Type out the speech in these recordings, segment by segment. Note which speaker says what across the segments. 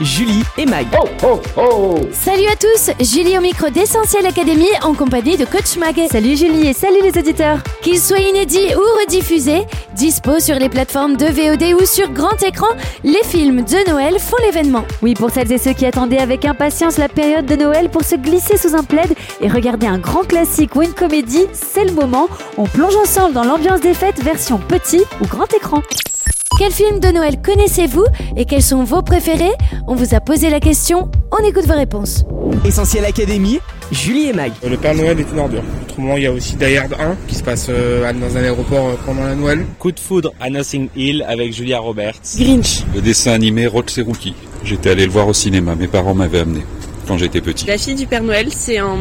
Speaker 1: Julie et Mag.
Speaker 2: Oh.
Speaker 3: Salut à tous, Julie au micro d'Essentiel Academy en compagnie de Coach Mag. Salut Julie et salut les auditeurs. Qu'ils soient inédits ou rediffusés, dispo sur les plateformes de VOD ou sur grand écran, les films de Noël font l'événement.
Speaker 4: Oui, pour celles et ceux qui attendaient avec impatience la période de Noël pour se glisser sous un plaid et regarder un grand classique ou une comédie, c'est le moment. On plonge ensemble dans l'ambiance des fêtes version petit ou grand écran.
Speaker 3: Quels films de Noël connaissez-vous et quels sont vos préférés On vous a posé la question, on écoute vos réponses.
Speaker 1: Essentiel Académie, Julie et Mag.
Speaker 5: Euh, Le Père Noël est une ordure. Autrement, il y a aussi Die Hard 1 qui se passe euh, dans un aéroport euh, pendant la Noël.
Speaker 6: Coup de foudre à Nothing Hill avec Julia Roberts.
Speaker 7: Grinch,
Speaker 8: Le dessin animé Rod Seruki. J'étais allé le voir au cinéma, mes parents m'avaient amené quand j'étais petit.
Speaker 7: La fille du Père Noël, c'est un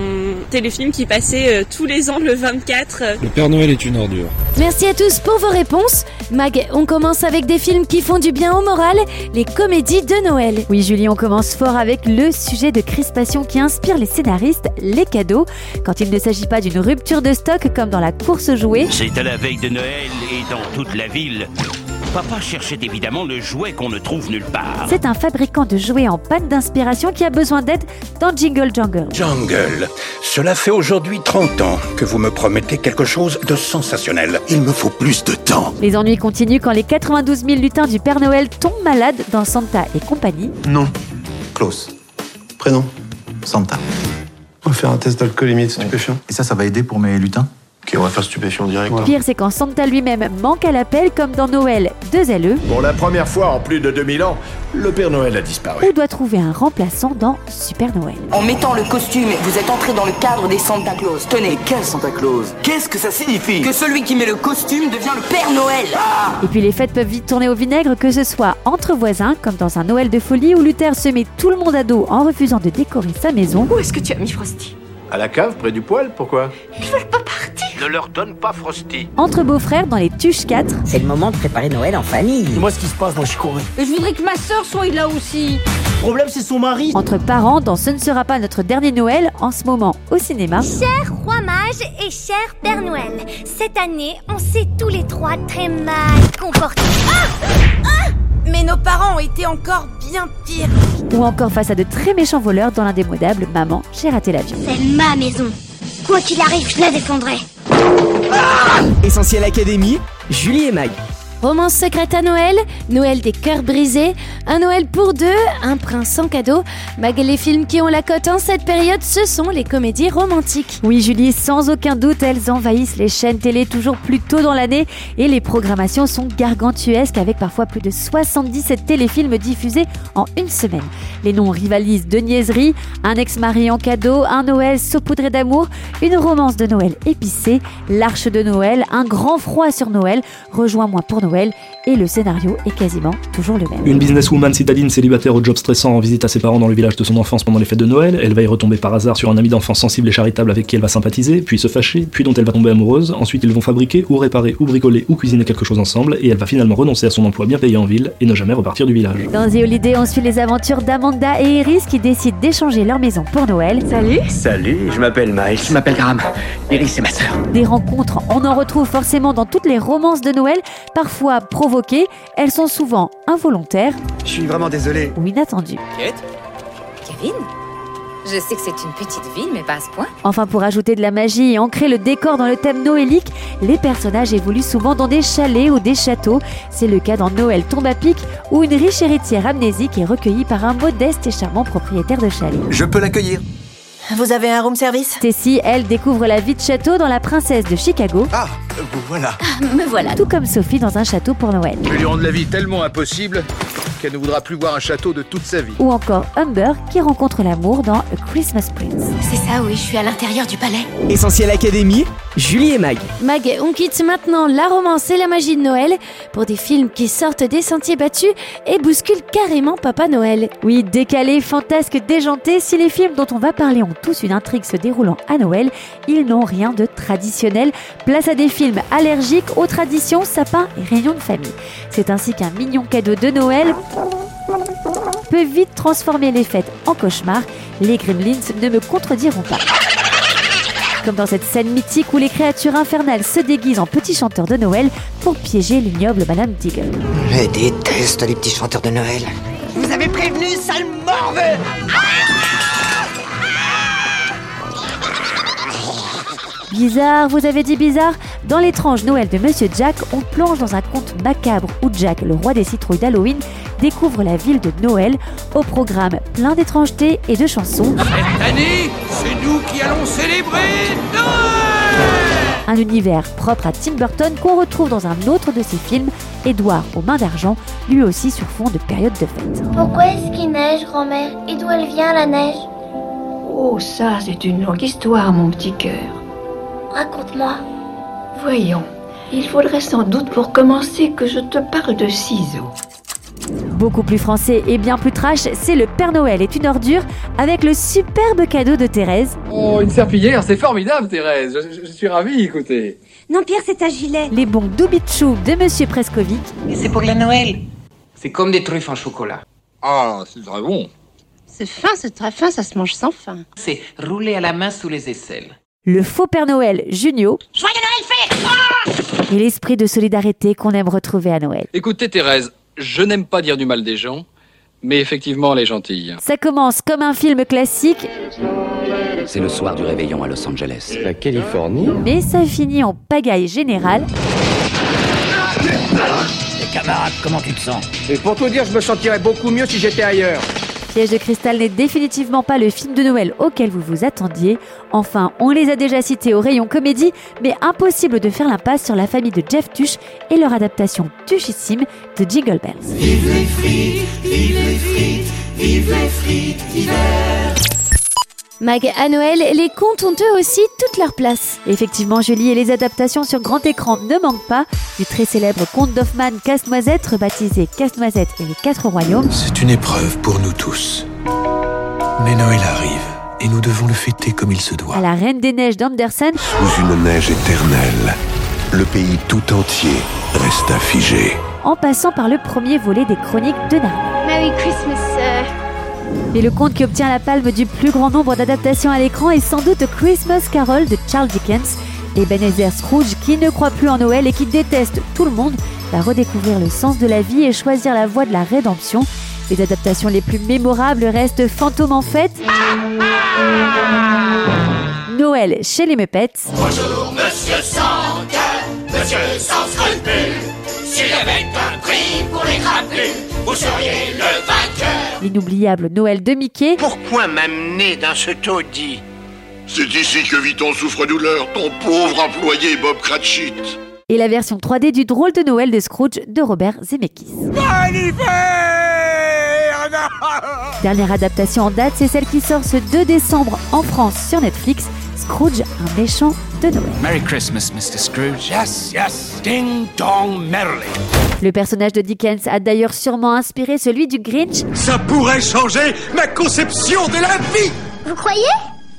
Speaker 7: téléfilm qui passait euh, tous les ans le 24. euh,
Speaker 9: Le Père Noël est une ordure.
Speaker 3: Merci à tous pour vos réponses. Mag, on commence avec des films qui font du bien au moral, les comédies de Noël.
Speaker 4: Oui, Julie, on commence fort avec le sujet de crispation qui inspire les scénaristes, les cadeaux. Quand il ne s'agit pas d'une rupture de stock comme dans la course jouée,
Speaker 10: C'est à la veille de Noël et dans toute la ville. Papa cherchait évidemment le jouet qu'on ne trouve nulle part.
Speaker 4: c'est un fabricant de jouets en panne d'inspiration qui a besoin d'aide dans Jingle Jungle.
Speaker 11: Jungle, cela fait aujourd'hui 30 ans que vous me promettez quelque chose de sensationnel. Il me faut plus de temps.
Speaker 4: Les ennuis continuent quand les 92 000 lutins du Père Noël tombent malades dans Santa et compagnie.
Speaker 12: Non. Klaus. Prénom Santa. On va faire un test d'alcoolémie et de stupéfiant. Et ça, ça va aider pour mes lutins Ok, on va faire stupéfiant direct. hein.
Speaker 4: Pire, c'est quand Santa lui-même manque à l'appel, comme dans Noël E, 2 LE,
Speaker 11: Pour la première fois en plus de 2000 ans, le Père Noël a disparu.
Speaker 4: ou doit trouver un remplaçant dans Super Noël.
Speaker 2: En mettant le costume, vous êtes entré dans le cadre des Santa Claus. Tenez,
Speaker 13: Quel Santa Claus Qu'est-ce que ça signifie
Speaker 2: que celui qui met le costume devient le Père Noël.
Speaker 4: Et puis les fêtes peuvent vite tourner au vinaigre, que ce soit entre voisins, comme dans un Noël de folie où Luther se met tout le monde à dos en refusant de décorer sa maison,
Speaker 7: Où est-ce que tu as mis Frosty
Speaker 12: À la cave, près du poêle, pourquoi
Speaker 13: Ne leur donne pas Frosty.
Speaker 4: entre beaux-frères dans les Tuches 4,
Speaker 14: C'est le moment de préparer Noël en famille.
Speaker 13: Moi, ce qui se passe, moi, je suis couru.
Speaker 3: Je voudrais que ma sœur soit là aussi.
Speaker 13: Le problème, c'est son mari.
Speaker 4: entre parents dans Ce ne sera pas notre dernier Noël, en ce moment au cinéma.
Speaker 14: Roi Mage et cher Père Noël, cette année, on s'est tous les trois très mal comportés. Ah
Speaker 2: Mais nos parents étaient encore bien pires.
Speaker 4: ou encore face à de très méchants voleurs dans l'indémodable Maman, j'ai raté l'avion.
Speaker 14: C'est ma maison. Quoi qu'il arrive, je la défendrai.
Speaker 1: Essentiel Académie, Julie et Mag.
Speaker 3: Romance secrète à Noël, Noël des cœurs brisés, un Noël pour deux, un prince sans cadeau. Malgré les films qui ont la cote en cette période, ce sont les comédies romantiques.
Speaker 4: Oui, Julie, sans aucun doute, elles envahissent les chaînes télé toujours plus tôt dans l'année et les programmations sont gargantuesques avec parfois plus de 77 téléfilms diffusés en une semaine. Les noms rivalisent de niaiseries, un ex-mari en cadeau, un Noël saupoudré d'amour, une romance de Noël épicée, l'arche de Noël, un grand froid sur Noël, rejoins-moi pour Noël et le scénario est quasiment toujours le même.
Speaker 15: Une businesswoman citadine célibataire au job stressant en visite à ses parents dans le village de son enfance pendant les fêtes de Noël, elle va y retomber par hasard sur un ami d'enfance sensible et charitable avec qui elle va sympathiser, puis se fâcher, puis dont elle va tomber amoureuse, ensuite ils vont fabriquer ou réparer ou bricoler ou cuisiner quelque chose ensemble, et elle va finalement renoncer à son emploi bien payé en ville et ne jamais repartir du village.
Speaker 4: Dans The Holiday, on suit les aventures d'Amanda et Iris qui décident d'échanger leur maison pour Noël.
Speaker 7: Salut
Speaker 12: Salut, je m'appelle Miles.
Speaker 13: Je m'appelle Graham. Iris, c'est ma sœur.
Speaker 4: Des rencontres, on en retrouve forcément dans toutes les romances de Noël, parfois provoquées, elles sont souvent involontaires
Speaker 12: Je suis vraiment désolé.
Speaker 4: ou inattendues.
Speaker 14: Kevin Je sais que c'est une petite ville, mais pas à ce point.
Speaker 4: Enfin, pour ajouter de la magie et ancrer le décor dans le thème noélique, les personnages évoluent souvent dans des chalets ou des châteaux. C'est le cas dans Noël tombe à pic, où une riche héritière amnésique est recueillie par un modeste et charmant propriétaire de chalet.
Speaker 12: Je peux l'accueillir.
Speaker 2: Vous avez un room service
Speaker 4: Stacy, elle, découvre la vie de château dans La Princesse de Chicago,
Speaker 12: Ah,
Speaker 13: euh,
Speaker 12: vous voilà.
Speaker 14: Me voilà.
Speaker 4: tout comme Sophie dans un château pour Noël.
Speaker 11: Je vais lui rendre la vie tellement impossible qu'elle ne voudra plus voir un château de toute sa vie.
Speaker 4: ou encore Humber qui rencontre l'amour dans A Christmas Prince.
Speaker 14: C'est ça, oui, je suis à l'intérieur du palais.
Speaker 1: Essentiel Académie, Julie et Mag.
Speaker 3: Mag, on quitte maintenant la romance et la magie de Noël pour des films qui sortent des sentiers battus et bousculent carrément Papa Noël.
Speaker 4: Oui, décalé, fantasque, déjanté, si les films dont on va parler ont tous une intrigue se déroulant à Noël, ils n'ont rien de traditionnel. Place à des films allergiques aux traditions, sapins et réunions de famille. C'est ainsi qu'un mignon cadeau de Noël peut vite transformer les fêtes en cauchemar. Les Gremlins ne me contrediront pas. comme dans cette scène mythique où les créatures infernales se déguisent en petits chanteurs de Noël pour piéger l'ignoble Madame Diggle.
Speaker 9: Je déteste les petits chanteurs de Noël.
Speaker 2: Vous avez prévenu, sale morveux
Speaker 4: Bizarre, vous avez dit bizarre Dans l'étrange Noël de Monsieur Jack, on plonge dans un conte macabre où Jack, le roi des citrouilles d'Halloween, découvre la ville de Noël au programme plein d'étrangetés et de chansons.
Speaker 10: Cette année, c'est nous qui allons célébrer Noël
Speaker 4: Un univers propre à Tim Burton qu'on retrouve dans un autre de ses films, Édouard aux mains d'argent, lui aussi sur fond de période de fête.
Speaker 8: Pourquoi est-ce qu'il neige, grand-mère Et d'où elle vient, la neige
Speaker 16: Oh, ça, c'est une longue histoire, mon petit cœur.
Speaker 8: Raconte-moi.
Speaker 16: Voyons, il faudrait sans doute pour commencer que je te parle de ciseaux.
Speaker 4: Beaucoup plus français et bien plus trash, c'est Le Père Noël est une ordure avec le superbe cadeau de Thérèse.
Speaker 17: Oh, une serpillière, c'est formidable, Thérèse. Je, je- je suis ravi, écoutez.
Speaker 4: Non, Pierre, c'est un gilet. Les bons Doubichou de Monsieur Preskovic.
Speaker 18: C'est pour la Noël. C'est comme des truffes en chocolat. Ah, c'est très bon.
Speaker 19: C'est fin, c'est très fin, ça se mange sans fin.
Speaker 18: C'est roulé à la main sous les aisselles.
Speaker 4: Le faux Père Noël, Junio.
Speaker 18: Joyeux Noël, fête
Speaker 4: Et l'esprit de solidarité qu'on aime retrouver à Noël.
Speaker 17: Écoutez, Thérèse, je n'aime pas dire du mal des gens, mais effectivement, elle est gentille.
Speaker 4: Ça commence comme un film classique,
Speaker 20: C'est le soir du réveillon à Los Angeles. La Californie
Speaker 4: mais ça finit en pagaille générale.
Speaker 10: Camarade, comment tu te sens Et pour tout dire, je me sentirais beaucoup mieux si j'étais ailleurs.
Speaker 4: Piège de cristal n'est définitivement pas le film de Noël auquel vous vous attendiez. Enfin, on les a déjà cités au rayon comédie, mais impossible de faire l'impasse sur la famille de Jeff Tuche et leur adaptation tuchissime de Jingle Bells.
Speaker 10: Vive les frites, vive les frites, vive les frites d'hiver.
Speaker 3: Mag à Noël, les contes ont eux aussi toute leur place.
Speaker 4: Effectivement, Julie et les adaptations sur grand écran ne manquent pas, du très célèbre conte d'Hoffman Casse-Noisette, rebaptisé Casse-Noisette et les Quatre Royaumes,
Speaker 11: C'est une épreuve pour nous tous. Mais Noël arrive et nous devons le fêter comme il se doit.
Speaker 4: à la Reine des Neiges d'Andersen,
Speaker 11: Sous une neige éternelle, le pays tout entier reste affigé.
Speaker 4: en passant par le premier volet des Chroniques de Narnia.
Speaker 8: Merry Christmas, sir.
Speaker 4: Et le conte qui obtient la palme du plus grand nombre d'adaptations à l'écran est sans doute Christmas Carol de Charles Dickens. Et Ebenezer Scrooge, qui ne croit plus en Noël et qui déteste tout le monde, va redécouvrir le sens de la vie et choisir la voie de la rédemption. Les adaptations les plus mémorables restent Fantôme en fête, Noël chez les Muppets,
Speaker 10: Bonjour, monsieur Santa, monsieur sans scrupule. S'il y avait un prix pour les crapules, vous seriez le vainqueur.
Speaker 4: l'inoubliable Noël de Mickey.
Speaker 21: Pourquoi m'amener dans ce taudis C'est ici que vit ton souffre-douleur, ton pauvre employé Bob Cratchit.
Speaker 4: Et la version 3D du drôle de Noël de Scrooge de Robert Zemeckis.
Speaker 10: Bon hiver
Speaker 4: Dernière adaptation en date, c'est celle qui sort ce 2 décembre en France sur Netflix, Scrooge, un méchant de Noël.
Speaker 22: Merry Christmas, Mr. Scrooge.
Speaker 10: Yes, yes, ding dong merrily.
Speaker 4: Le personnage de Dickens a d'ailleurs sûrement inspiré celui du Grinch.
Speaker 10: Ça pourrait changer ma conception de la vie
Speaker 8: Vous croyez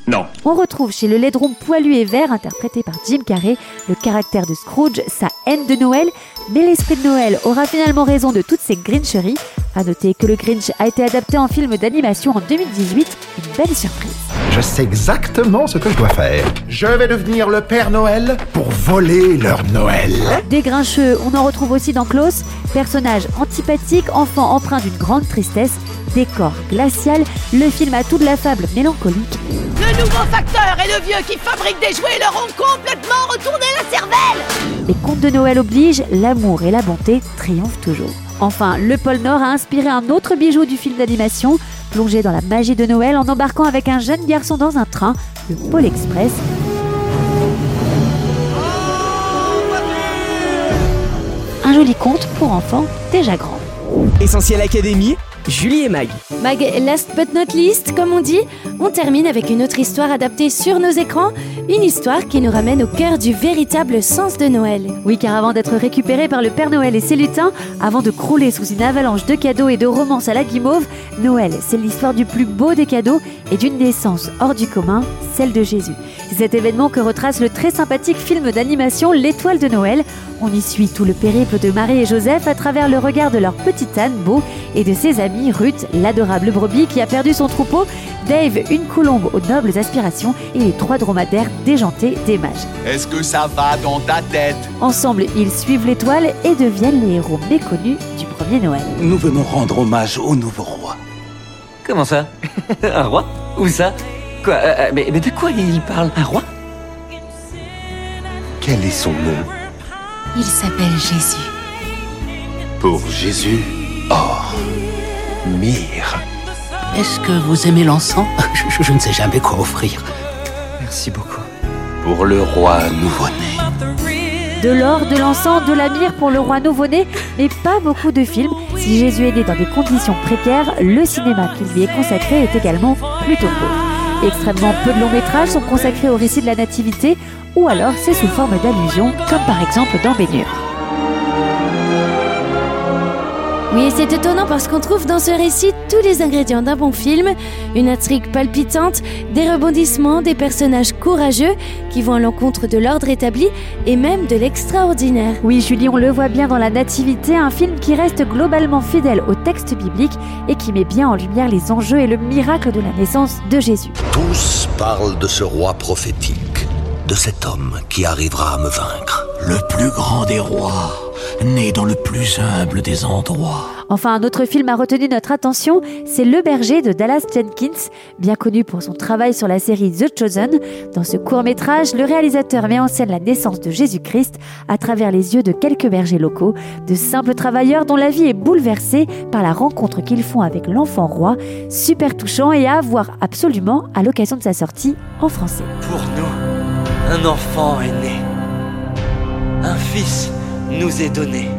Speaker 22: Non.
Speaker 4: On retrouve chez le laidron poilu et vert, interprété par Jim Carrey, le caractère de Scrooge, sa haine de Noël, mais l'esprit de Noël aura finalement raison de toutes ces grincheries. À noter que le Grinch a été adapté en film d'animation en 2018, une belle surprise.
Speaker 23: Je sais exactement ce que je dois faire. Je vais devenir le Père Noël pour voler leur Noël.
Speaker 4: Des grincheux, on en retrouve aussi dans Klaus, personnage antipathique, enfant empreint d'une grande tristesse, décor glacial, le film a tout de la fable mélancolique.
Speaker 2: Le nouveau facteur et le vieux qui fabrique des jouets leur ont complètement retourné la cervelle
Speaker 4: Les contes de Noël obligent, l'amour et la bonté triomphent toujours. Enfin, le pôle Nord a inspiré un autre bijou du film d'animation, plongé dans la magie de Noël en embarquant avec un jeune garçon dans un train, le Pôle Express. Un joli conte pour enfants déjà grands.
Speaker 1: Essentiel Académie, Julie et Mag.
Speaker 3: Mag, last but not least, comme on dit, on termine avec une autre histoire adaptée sur nos écrans, une histoire qui nous ramène au cœur du véritable sens de Noël.
Speaker 4: Oui, car avant d'être récupéré par le Père Noël et ses lutins, avant de crouler sous une avalanche de cadeaux et de romances à la guimauve, Noël, c'est l'histoire du plus beau des cadeaux et d'une naissance hors du commun, celle de Jésus. C'est cet événement que retrace le très sympathique film d'animation L'étoile de Noël. On y suit tout le périple de Marie et Joseph à travers le regard de leur petit âne beau et de ses amis Ruth, l'adorable brebis qui a perdu son troupeau, Dave, une colombe aux nobles aspirations et les trois dromadaires déjantés des mages.
Speaker 5: Est-ce que ça va dans ta tête
Speaker 4: Ensemble, ils suivent l'étoile et deviennent les héros méconnus du premier Noël.
Speaker 6: Nous venons rendre hommage au nouveau roi. Comment ça Un roi Où ça Quoi euh, euh, mais, mais de quoi il parle Un roi
Speaker 11: Quel est son nom
Speaker 19: Il s'appelle Jésus.
Speaker 11: Pour Jésus, or, mire.
Speaker 20: Est-ce que vous aimez l'encens je, je- je ne sais jamais quoi offrir. Merci beaucoup.
Speaker 11: Pour le roi nouveau-né.
Speaker 4: De l'or, de l'encens, de la myrrhe pour le roi nouveau-né, mais pas beaucoup de films. Si Jésus est né dans des conditions précaires, le cinéma qui lui est consacré est également plutôt pauvre. Extrêmement peu de longs métrages sont consacrés au récit de la nativité, ou alors c'est sous forme d'allusions, comme par exemple dans Bénure.
Speaker 3: Oui, c'est étonnant parce qu'on trouve dans ce récit tous les ingrédients d'un bon film, une intrigue palpitante, des rebondissements, des personnages courageux qui vont à l'encontre de l'ordre établi et même de l'extraordinaire.
Speaker 4: Oui, Julie, on le voit bien dans La Nativité, un film qui reste globalement fidèle au texte biblique et qui met bien en lumière les enjeux et le miracle de la naissance de Jésus.
Speaker 7: Tous parlent de ce roi prophétique, de cet homme qui arrivera à me vaincre.
Speaker 6: Le plus grand des rois, né dans le plus humble des endroits.
Speaker 4: Enfin, un autre film a retenu notre attention, c'est Le Berger de Dallas Jenkins, bien connu pour son travail sur la série The Chosen. Dans ce court-métrage, le réalisateur met en scène la naissance de Jésus-Christ à travers les yeux de quelques bergers locaux, de simples travailleurs dont la vie est bouleversée par la rencontre qu'ils font avec l'enfant roi, super touchant et à voir absolument à l'occasion de sa sortie en français.
Speaker 12: Pour nous, un enfant est né. Un fils nous est donné.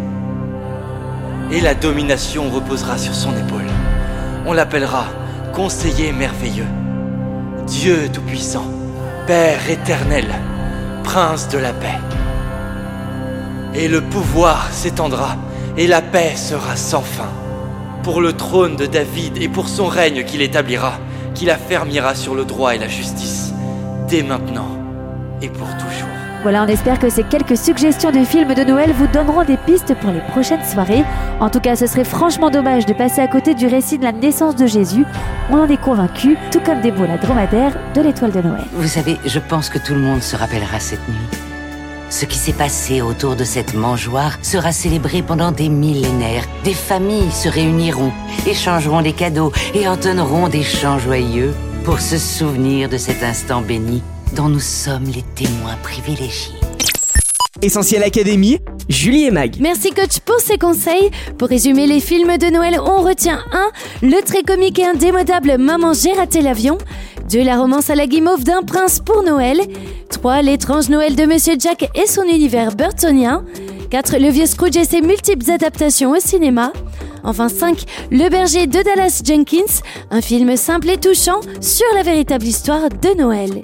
Speaker 12: Et la domination reposera sur son épaule. On l'appellera conseiller merveilleux. Dieu tout-puissant, Père éternel, Prince de la paix. Et le pouvoir s'étendra, et la paix sera sans fin. Pour le trône de David et pour son règne qu'il établira, qu'il affermira sur le droit et la justice, dès maintenant et pour toujours.
Speaker 4: Voilà, on espère que ces quelques suggestions de films de Noël vous donneront des pistes pour les prochaines soirées. En tout cas, ce serait franchement dommage de passer à côté du récit de la naissance de Jésus. On en est convaincu, tout comme des la dromadaire de l'étoile de Noël.
Speaker 24: Vous savez, je pense que tout le monde se rappellera cette nuit. Ce qui s'est passé autour de cette mangeoire sera célébré pendant des millénaires. Des familles se réuniront, échangeront des cadeaux et entonneront des chants joyeux pour se souvenir de cet instant béni dont nous sommes les témoins privilégiés.
Speaker 1: Essentiel Académie, Julie et Mag.
Speaker 3: Merci coach pour ces conseils. Pour résumer les films de Noël, on retient 1. Le très comique et indémodable Maman j'ai raté l'avion. 2. La romance à la guimauve d'un prince pour Noël. 3. L'étrange Noël de Monsieur Jack et son univers burtonien. 4. Le vieux Scrooge et ses multiples adaptations au cinéma. Enfin 5. Le berger de Dallas Jenkins, un film simple et touchant sur la véritable histoire de Noël.